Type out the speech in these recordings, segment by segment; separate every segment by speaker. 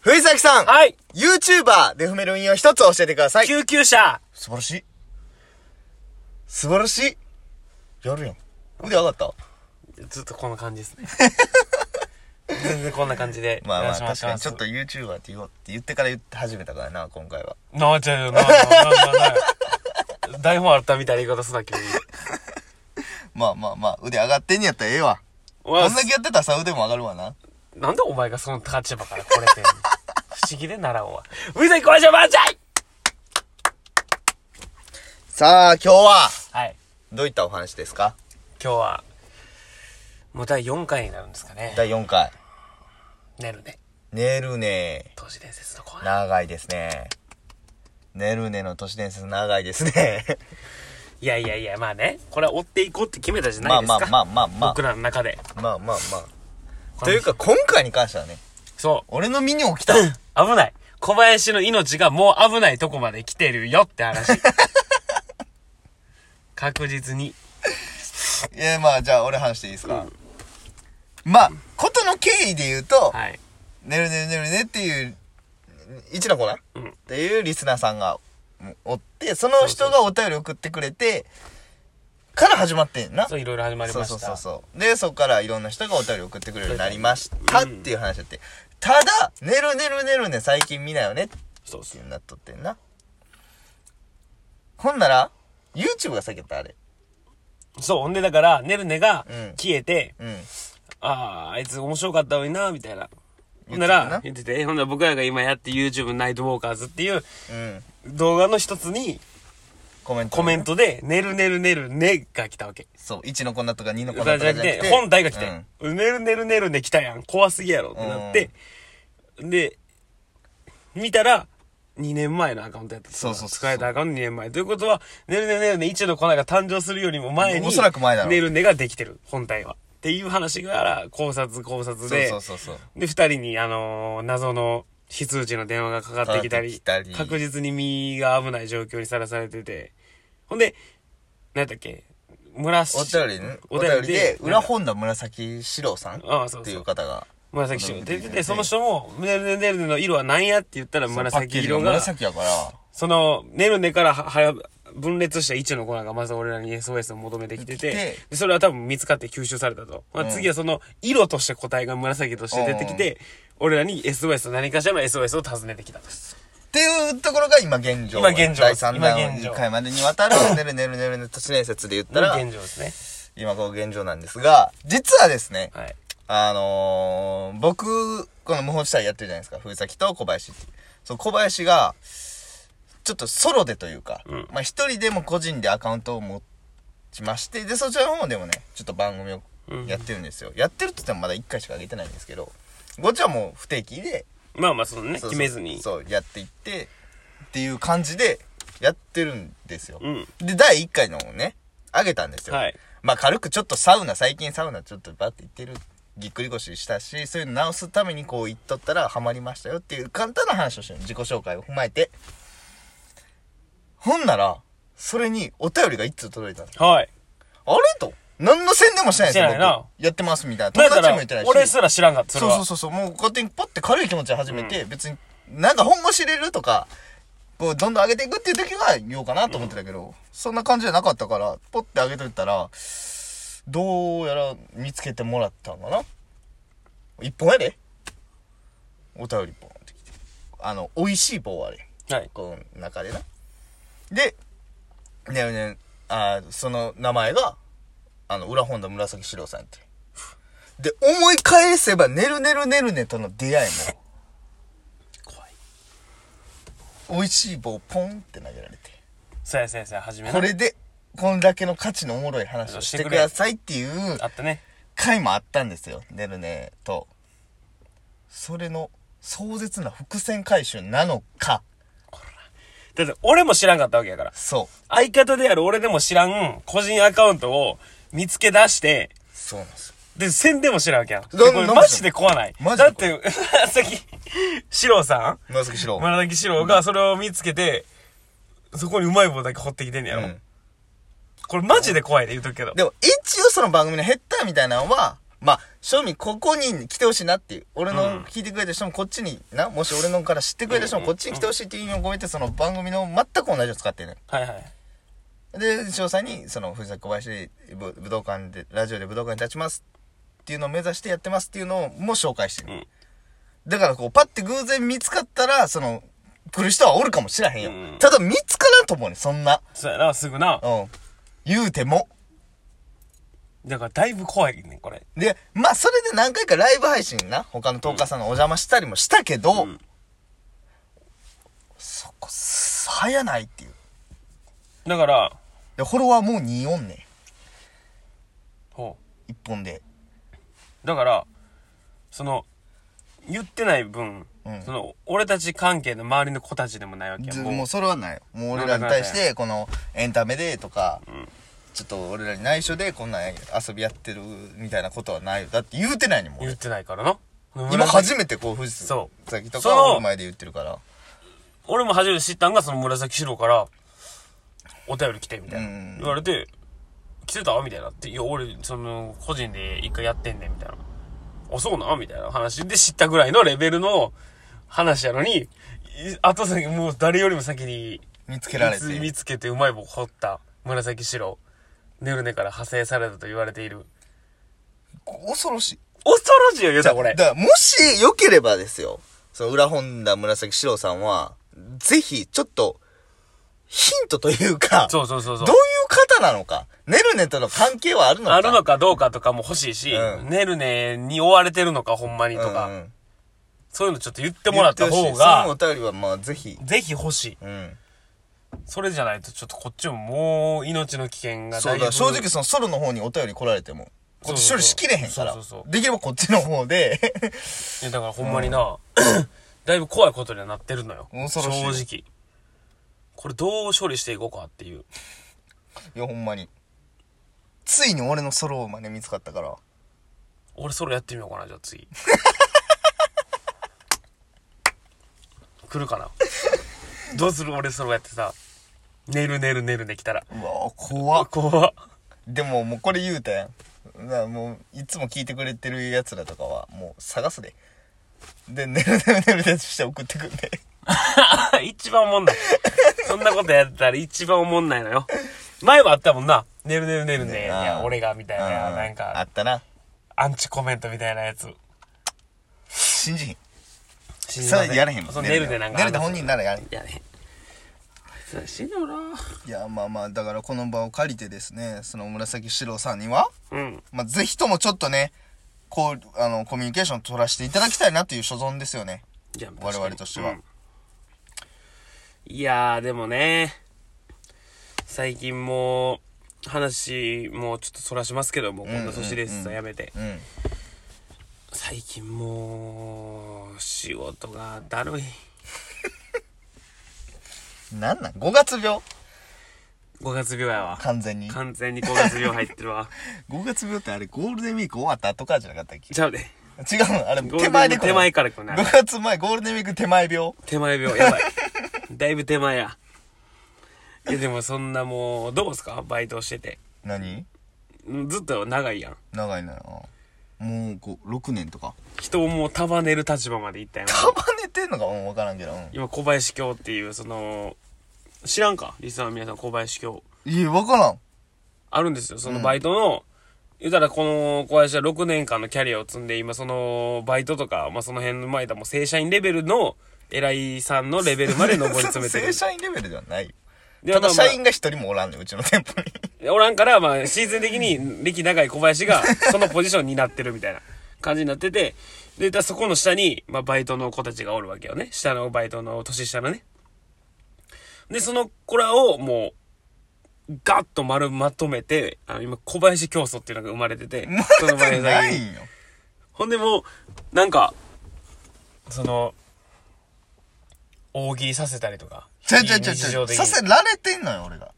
Speaker 1: 藤崎さん、
Speaker 2: はい。
Speaker 1: !YouTuber で踏める運を一つ教えてください。
Speaker 2: 救急車。
Speaker 1: 素晴らしい。素晴らしい。やるやん。腕上がった
Speaker 2: ずっとこんな感じですね。 全然こんな感じで。
Speaker 1: まあまあ、
Speaker 2: やら
Speaker 1: 確
Speaker 2: せても
Speaker 1: からにちょっと
Speaker 2: って
Speaker 1: YouTuber って言おうって言ってから言って始めたからな、今回は。
Speaker 2: ます。なあ、ちゃうよ、なあ、なあ、なあ。台本あったみたいな言い方すな、急に。
Speaker 1: まあまあまあ、腕上がってんやったらええわ。
Speaker 2: お
Speaker 1: こ
Speaker 2: い
Speaker 1: んだけやってたらさ、腕も上がるわな。
Speaker 2: なんでお前がその立場からこれてんの不思議でならんわ。うざい、これじゃばんじゃい
Speaker 1: さあ、今日は、
Speaker 2: はい。
Speaker 1: どういったお話ですか
Speaker 2: 今日は、もう第4回になるんですかね。
Speaker 1: 第4回。
Speaker 2: 寝るね。
Speaker 1: 寝るね
Speaker 2: 都市伝説のコーナー。
Speaker 1: 長いですね。寝るねの都市伝説長いですね。
Speaker 2: いやいやいや、まあね、これは追っていこうって決めたじゃ な
Speaker 1: ま
Speaker 2: い
Speaker 1: あ
Speaker 2: です
Speaker 1: ま
Speaker 2: か。
Speaker 1: あまあまあま
Speaker 2: 僕らの中で。
Speaker 1: あ。まあまあまあ。
Speaker 2: ことの
Speaker 1: いうか、今回に関してはね、
Speaker 2: そ
Speaker 1: 俺の身に起きた。
Speaker 2: う。危ない。小林の命がもう危ないとこまで来てるよっ て話。確実に。
Speaker 1: え、まあ、じゃあ俺話していいですか。まあ、ことの経緯で言うと、
Speaker 2: はい。
Speaker 1: ねるねるねるねっていう、一の子な、
Speaker 2: うん
Speaker 1: っていうリスナーさんがうんおって、その人がお便り送ってくれて、から始まってんな。
Speaker 2: そう、いろいろ始まり
Speaker 1: そう
Speaker 2: ま
Speaker 1: そう
Speaker 2: し
Speaker 1: そう
Speaker 2: た。
Speaker 1: そうでそこからいろんな人がお便り送ってくれるようになりましたっていう話だって、ただ「ねるねるねるね最近見ないよね」って
Speaker 2: そうそう。
Speaker 1: なっとってんなほんなら YouTube が先やったあれ
Speaker 2: そう、ほんでだから、ねるねが
Speaker 1: うん
Speaker 2: 消えて、
Speaker 1: うん
Speaker 2: ああ、あいつ面白かったのにな、みたいな。
Speaker 1: 言ってた
Speaker 2: ほんなら
Speaker 1: な、
Speaker 2: 言ってて、ほんなら僕らが今やって YouTube ナイトウォーカーズっていう
Speaker 1: うん
Speaker 2: 動画の一つに、
Speaker 1: コメント
Speaker 2: コメントで、ねるねるねるねが来たわけ。
Speaker 1: そう1の粉とか2の粉と
Speaker 2: だか
Speaker 1: からじ
Speaker 2: じゃ
Speaker 1: ゃ
Speaker 2: な
Speaker 1: な
Speaker 2: く
Speaker 1: く
Speaker 2: て
Speaker 1: て、
Speaker 2: 本体が来
Speaker 1: う
Speaker 2: て
Speaker 1: ん、
Speaker 2: ねるねるねるね来たやん、怖すぎやろってなって、で、見たら、2年前のアカウントやった。
Speaker 1: そうそうそう
Speaker 2: 使えたアカウント2年前。ということは、ねるねるねるね1の粉が誕生するよりも前に、
Speaker 1: おそらく前だろう
Speaker 2: ねるねができてる、本体は。っていう話から、考察考察
Speaker 1: そう
Speaker 2: で、
Speaker 1: そうそうそう
Speaker 2: で、二人に、あのー謎の非通知の電話がかかってきたり、
Speaker 1: かかってきたり
Speaker 2: 確実に身が危ない状況にさらされてて、ほんで、なんだっけ、村
Speaker 1: お
Speaker 2: し、
Speaker 1: 便りねお
Speaker 2: お
Speaker 1: 便
Speaker 2: 便
Speaker 1: り
Speaker 2: り
Speaker 1: で
Speaker 2: で
Speaker 1: 裏本田紫四郎さん
Speaker 2: ああそうそう
Speaker 1: っていう方が
Speaker 2: 紫色出て
Speaker 1: 紫色
Speaker 2: て、その人も、ねるねねるねの色は何やって言ったら
Speaker 1: パッケー
Speaker 2: 紫
Speaker 1: ジが
Speaker 2: 色が、
Speaker 1: 紫やから
Speaker 2: その、ねるねからは、はや、分裂した一の粉がまず俺らに SOS を求めてきて
Speaker 1: 来て
Speaker 2: て、でそれは多分見つかって吸収されたと。まあ、次はその、色として答えが紫として出てきて、俺らに SOS、何かしらの SOS を尋ねてきたと。
Speaker 1: っていうところが今現状。
Speaker 2: 今現状
Speaker 1: 第3弾
Speaker 2: 今現状
Speaker 1: 1回までにわ たる、ねるねるねるね都市伝説で言ったら、
Speaker 2: 現状ですね。
Speaker 1: 今こう現状なんですが、実はですね、
Speaker 2: はい。
Speaker 1: あのー、僕、この無法地帯やってるじゃないですか、風崎と小林っていう。そう、小林が、ちょっとソロでというか、
Speaker 2: うん
Speaker 1: まあ一人でも個人でアカウントを持ちまして、で、そちらの方でもね、ちょっと番組をやってるんですよ。やってるって言ってもまだ1回しか上げてないんですけど、こっちはもう不定期で、
Speaker 2: まあまあ、その
Speaker 1: そ
Speaker 2: ね、
Speaker 1: うそう
Speaker 2: 決めずに。
Speaker 1: そうやっていってっていう感じでやってるんですよ、
Speaker 2: うん
Speaker 1: で第1回のをねあげたんですよ、
Speaker 2: はい。
Speaker 1: まあ軽くちょっとサウナ最近サウナちょっとバッて行ってるぎっくり腰したしそういうの直すためにこう行っとったらハマりましたよっていう簡単な話をしてる自己紹介を踏まえてほんならそれにお便りが1通届いたの
Speaker 2: はい。
Speaker 1: あれと何の宣伝もしてないんですよ
Speaker 2: してないな
Speaker 1: 僕やってますみたいな
Speaker 2: だ
Speaker 1: 友
Speaker 2: か
Speaker 1: 達にも
Speaker 2: ら
Speaker 1: 言ってない、し
Speaker 2: 俺すら知らんかった、それ
Speaker 1: そう
Speaker 2: は。
Speaker 1: そうそうそうもう勝手にポッて軽い気持ちで始めて、別になんか本腰入れるとかこうどんどん上げていくっていう時は言おうかなと思ってたけど、そんな感じじゃなかったからポッて上げといたらどうやら見つけてもらったんかな一本やでお便りポンってきてあの美味しい棒あれ
Speaker 2: はい。
Speaker 1: この中でなでねえねえあーその名前があの裏本田紫四郎さんやってで思い返せば「ねるねるねるね」との出会い
Speaker 2: 怖い。
Speaker 1: も美味しい棒ポンって投げられて
Speaker 2: そうやそうやそうや、始めな
Speaker 1: これでこんだけの価値のおもろい話をしてくださいっていう
Speaker 2: あったね。
Speaker 1: 回もあったんですよ「ねるね」とそれの壮絶な伏線回収なのか
Speaker 2: だって、俺も知らんかったわけやから。
Speaker 1: そう
Speaker 2: 相方である俺でも知らん、個人アカウントを見つけ出して、
Speaker 1: そうなんですよ
Speaker 2: で、宣伝も知らんわけやん。こ
Speaker 1: なん
Speaker 2: れ
Speaker 1: なん
Speaker 2: マジで怖ない。
Speaker 1: マジ
Speaker 2: だ
Speaker 1: で
Speaker 2: ってさっき、シロさん
Speaker 1: 紫四郎
Speaker 2: 紫シロがそれを見つけて、そこにうまい棒だけ掘ってきてんねやろ。
Speaker 1: うん
Speaker 2: これマジで怖いで言うとくけど。
Speaker 1: でも一応その番組のヘッダーみたいなのはまあ、正味ここに来てほしいなっていう。俺の聞いてくれた人もこっちにな、もし俺のから知ってくれた人もこっちに来てほしいっていう意味を込めて、その番組の全く同じを使ってね。
Speaker 2: はいはい。
Speaker 1: で、詳細に、その、藤崎小林でぶ武道館で、ラジオで武道館に立ちますっていうのを目指してやってますっていうのも紹介してる。
Speaker 2: うん
Speaker 1: だからこう、パッて偶然見つかったら、その、来る人はおるかもしらへんよ。
Speaker 2: うん
Speaker 1: ただ見つからんと思うねん、そんな。
Speaker 2: そうやな、すぐな
Speaker 1: う。ん。言うても。
Speaker 2: だからだいぶ怖いね、これ。
Speaker 1: で、まあ、それで何回かライブ配信な、他のトーカーさんのお邪魔したりもしたけど、
Speaker 2: うん
Speaker 1: そこ、さやないっていう。
Speaker 2: だから、
Speaker 1: で、フォロワーもう2おんね
Speaker 2: ほ
Speaker 1: ん。1本で。
Speaker 2: う。だから、その、言ってない分、
Speaker 1: うん
Speaker 2: その、俺たち関係の周りの子たちでもないわけや。
Speaker 1: ず
Speaker 2: もう
Speaker 1: もうそれはないよもう俺らに対してこのエンタメでとか、ちょっと俺らに内緒でこんなん遊びやってるみたいなことはないよだって言うてないにもん
Speaker 2: 言ってないからな。
Speaker 1: 今
Speaker 2: 紫
Speaker 1: 初めてこう藤
Speaker 2: そ
Speaker 1: 崎と
Speaker 2: そ
Speaker 1: か
Speaker 2: の
Speaker 1: 俺前で言ってるから
Speaker 2: 俺も初めて知ったんが、その紫四郎から、お便り来て、みたいな
Speaker 1: うん。
Speaker 2: 言われて、来てたみたいなって。いや、俺、その、個人で一回やってんねん、みたいな。あ、そうなみたいな話で知ったぐらいのレベルの話やのに、い後先、もう誰よりも先に、
Speaker 1: 見つけられて
Speaker 2: 見つ見つけてうまい棒掘った紫四郎。ねるねから派生されたと言われている。
Speaker 1: 恐ろしい
Speaker 2: 恐ろしいよ、言うたらこれ。
Speaker 1: だからもしよければですよその裏本田紫四郎さんはぜひちょっとヒントというか
Speaker 2: そうそうそうそう
Speaker 1: どういう方なのかねるねとの関係はあるのか
Speaker 2: あるのかどうかとかも欲しいし、
Speaker 1: うん
Speaker 2: ねるねに追われてるのかほんまにとか、
Speaker 1: うんうん
Speaker 2: そういうのちょっと言ってもらった
Speaker 1: 言
Speaker 2: 方
Speaker 1: ってほしいそのお
Speaker 2: が、
Speaker 1: 便りはまあぜひ
Speaker 2: ぜひ欲しい。
Speaker 1: うん
Speaker 2: それじゃないとちょっとこっちももう命の危険が
Speaker 1: そ
Speaker 2: だいうぶ
Speaker 1: だ、正直そのソロの方にお便り来られても、こっち処理しきれへんから、
Speaker 2: そうそうそう
Speaker 1: できればこっちの方で、
Speaker 2: いやだからほんまにな、 だいぶ怖いことにはなってるのよ。
Speaker 1: 恐ろしい
Speaker 2: 正直。これどう処理していこうかっていう。
Speaker 1: いやほんまに。ついに俺のソロを真似見つかったから、
Speaker 2: 俺ソロやってみようかな、じゃあ次。 来るかなどうする俺ソロやってさ、寝る寝る寝るできたら。
Speaker 1: うわ怖っ。
Speaker 2: 怖っ。
Speaker 1: でももうこれ言うたやん。なもう、いつも聞いてくれてる奴らとかは、もう探すで。で、ねるねるねるねして送ってくんで。
Speaker 2: 一番おもんない。そんなことやったら一番おもんないのよ。前はあったもんな。寝る寝る寝るね。い
Speaker 1: ねあ
Speaker 2: や、
Speaker 1: ー
Speaker 2: 俺が、みたいな。なん
Speaker 1: あっ
Speaker 2: か、
Speaker 1: たな。
Speaker 2: アンチコメントみたいなやつ。
Speaker 1: 信じひん。
Speaker 2: 死
Speaker 1: それやれへんもん。
Speaker 2: そう寝るでなんか。
Speaker 1: ねるね本人ならやれへん。
Speaker 2: やれへん。あいつら死んでもな。
Speaker 1: いや、まあまあ、だからこの場を借りてですね、その紫四郎さんには、
Speaker 2: うん。
Speaker 1: まあ、ぜひともちょっとね、こう、あの、コミュニケーション取らせていただきたいなっていう所存ですよね。
Speaker 2: じゃあ
Speaker 1: 我々としては
Speaker 2: うんいやー、でもね、最近もう、話もうちょっとそらしますけども、こんな年ですさ、やめて。
Speaker 1: うん。
Speaker 2: 最近もう、仕事がだるい。
Speaker 1: なんなん ?5 月病
Speaker 2: 5月病やわ。
Speaker 1: 完全に。5
Speaker 2: 完全に5月病入って るわ。
Speaker 1: 月病ってあれ、ゴールデンウィーク終わった後からじゃなかったっけ
Speaker 2: ちゃうで。
Speaker 1: 違うのあれ、
Speaker 2: ゴールデン
Speaker 1: 手前で来る
Speaker 2: 手前から来るな
Speaker 1: 5月前、ゴールデンウィーク手前病。
Speaker 2: 手前病、やばい。だいぶ手前や。いやでもそんなもう、どうですかバイトしてて。
Speaker 1: 何
Speaker 2: んずっと長いやん。
Speaker 1: 長いなよ。もう、こう、6年とか。
Speaker 2: 人をもう束ねる立場まで行ったやん。
Speaker 1: 束ねてんのかうん、わからんけど。う
Speaker 2: 今小林京っていう、その、知らんかリスナーの皆さん小林京。
Speaker 1: ん。いや、わからん。
Speaker 2: あるんですよ。そのバイトの、言うたらこの小林は6年間のキャリアを積んで、今そのバイトとか、まあその辺の前だもう正社員レベルの偉いさんのレベルまで上り詰めてる。
Speaker 1: 正社員レベルではないよ。
Speaker 2: で
Speaker 1: た
Speaker 2: ま
Speaker 1: だ
Speaker 2: あまあ
Speaker 1: 社員が一人もおらんねんうちの店舗に。
Speaker 2: おらんから、まあ、シーズン的に歴長い小 林が、そのポジションになってるみたいな感じになってて、で、だそこの下に、まあ、バイトの子たちがおるわけよね。下のバイトの、年下のね。で、その子らを、もう、ガッと丸まとめて、あの、今、小林競争っていうのが生まれてて、その前
Speaker 1: な
Speaker 2: だ
Speaker 1: いんよ。
Speaker 2: ほんでもう、なんか、その、大喜利させたりとか、
Speaker 1: ちゃうちゃうちゃう
Speaker 2: 非日
Speaker 1: ちゃ
Speaker 2: 常
Speaker 1: う。
Speaker 2: 的
Speaker 1: させ
Speaker 2: に、
Speaker 1: られてんのよ、俺が。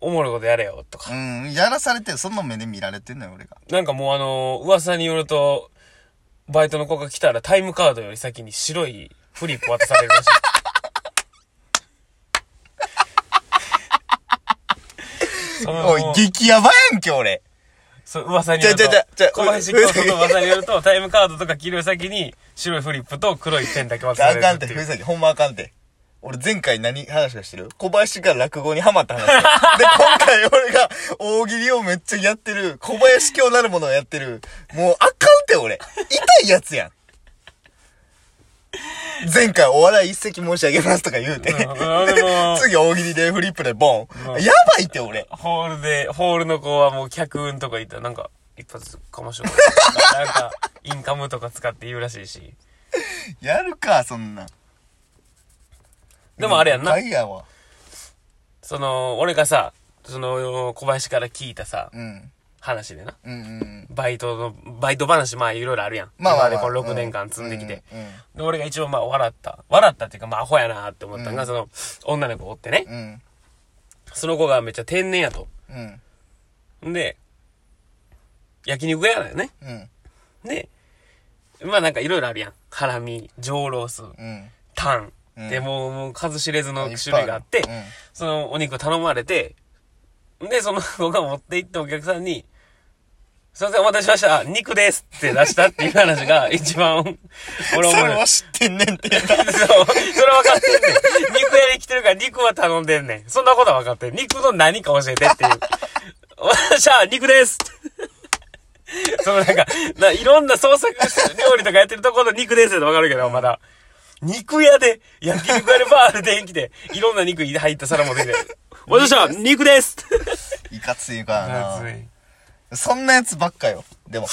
Speaker 2: おもろいことやれよ、とか
Speaker 1: う。ん、やらされてる。そんな目で見られてんのよ、俺が。
Speaker 2: なんかもうあのー噂によると、バイトの子が来たらタイムカードより先に白いフリップ渡され るらしい。その
Speaker 1: おい、激ヤバやんけ、俺。
Speaker 2: そう、噂によると
Speaker 1: ちょちょちょちょ、
Speaker 2: 小林京都の噂によると、タイムカードとか切る先に、白いフリップと黒いペンだけ忘
Speaker 1: あ
Speaker 2: れ
Speaker 1: かんっ、
Speaker 2: るっててい
Speaker 1: 藤
Speaker 2: う。
Speaker 1: 崎、ほんまあかんって。俺前回何話かしてる小林が落語にハマった話。で、今回俺が大喜利をめっちゃやってる、小林京なるものをやってる、もうあかんって俺。痛いやつやん。前回お笑い一席申し上げますとか言うて。
Speaker 2: うんでも
Speaker 1: 次大喜利でフリップでボン。
Speaker 2: うん
Speaker 1: やばいって俺。
Speaker 2: ホールで、ホールの子はもう客運とか行ったら、なんか、一発かましょう。 なんか、インカムとか使って言うらしいし。
Speaker 1: やるか、そんなん。
Speaker 2: でもあれやんな
Speaker 1: ガ。イアは。
Speaker 2: その、俺がさ、その、小林から聞いたさ、
Speaker 1: うん。
Speaker 2: 話でな。
Speaker 1: うんうん。
Speaker 2: バイトの、バイト話、まあいろいろあるやん。
Speaker 1: まあまあまあ
Speaker 2: 今までこう6年間積んできて。
Speaker 1: うんうんうん
Speaker 2: で、俺が一番まあ笑った。笑ったっていうか、まあアホやなって思ったのが、その、女の子おってね。
Speaker 1: うん。
Speaker 2: その子がめっちゃ天然やと。
Speaker 1: うん。
Speaker 2: んで、焼肉屋だよね。
Speaker 1: うん。
Speaker 2: で、まあなんかいろいろあるやん。ハラミ、上ロース、
Speaker 1: うん。
Speaker 2: タン。
Speaker 1: うん
Speaker 2: で、もう、もう数知れずの種類があって、
Speaker 1: いっぱいあるうん
Speaker 2: そのお肉頼まれて、で、その子が持って行ってお客さんに、すいません、お待たせしました。肉ですって出したっていう話が一番、俺
Speaker 1: そ
Speaker 2: 思う
Speaker 1: れ。は知ってんねんって言うな。
Speaker 2: そう、それ分かってんねん。肉屋に来てるから肉は頼んでんねん。そんなことは分かってん。肉の何か教えてっていう。 おっしゃ、肉です そのなんか、ないろんな創作料理とかやってるところの肉ですって分かるけど、まだ。肉屋で、焼肉屋でバーで電気で、いろんな肉入った皿も出てきて。おっしゃ、肉です
Speaker 1: いかついから
Speaker 2: 熱い
Speaker 1: な。そんなやつばっかよ。でも。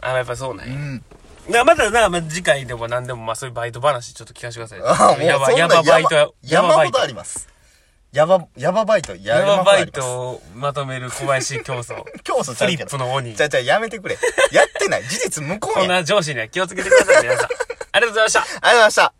Speaker 2: あ、やっぱそうなんや
Speaker 1: う。ん。
Speaker 2: だからまたな、まあ、次回でも何でも、まあそういうバイト話ちょっと聞かせてください。
Speaker 1: ああ、もう
Speaker 2: やば、
Speaker 1: そんな
Speaker 2: やばバイト、
Speaker 1: 山
Speaker 2: バ
Speaker 1: 山
Speaker 2: イ
Speaker 1: ほ
Speaker 2: ト
Speaker 1: どあります。山、山バイト。や
Speaker 2: ヤ
Speaker 1: 山
Speaker 2: マバ
Speaker 1: バ
Speaker 2: イ
Speaker 1: イト。
Speaker 2: トをまとめる小林競争。
Speaker 1: 競争ちゃ
Speaker 2: フ
Speaker 1: う
Speaker 2: リ
Speaker 1: け
Speaker 2: ッ
Speaker 1: ど
Speaker 2: プの鬼
Speaker 1: じ。ゃあじゃあやめてくれ。やってない。事実無
Speaker 2: こ
Speaker 1: 根
Speaker 2: ん
Speaker 1: や。ありがとう
Speaker 2: な上司には気をつけてください、皆さん。ありがとうございました。
Speaker 1: ございました。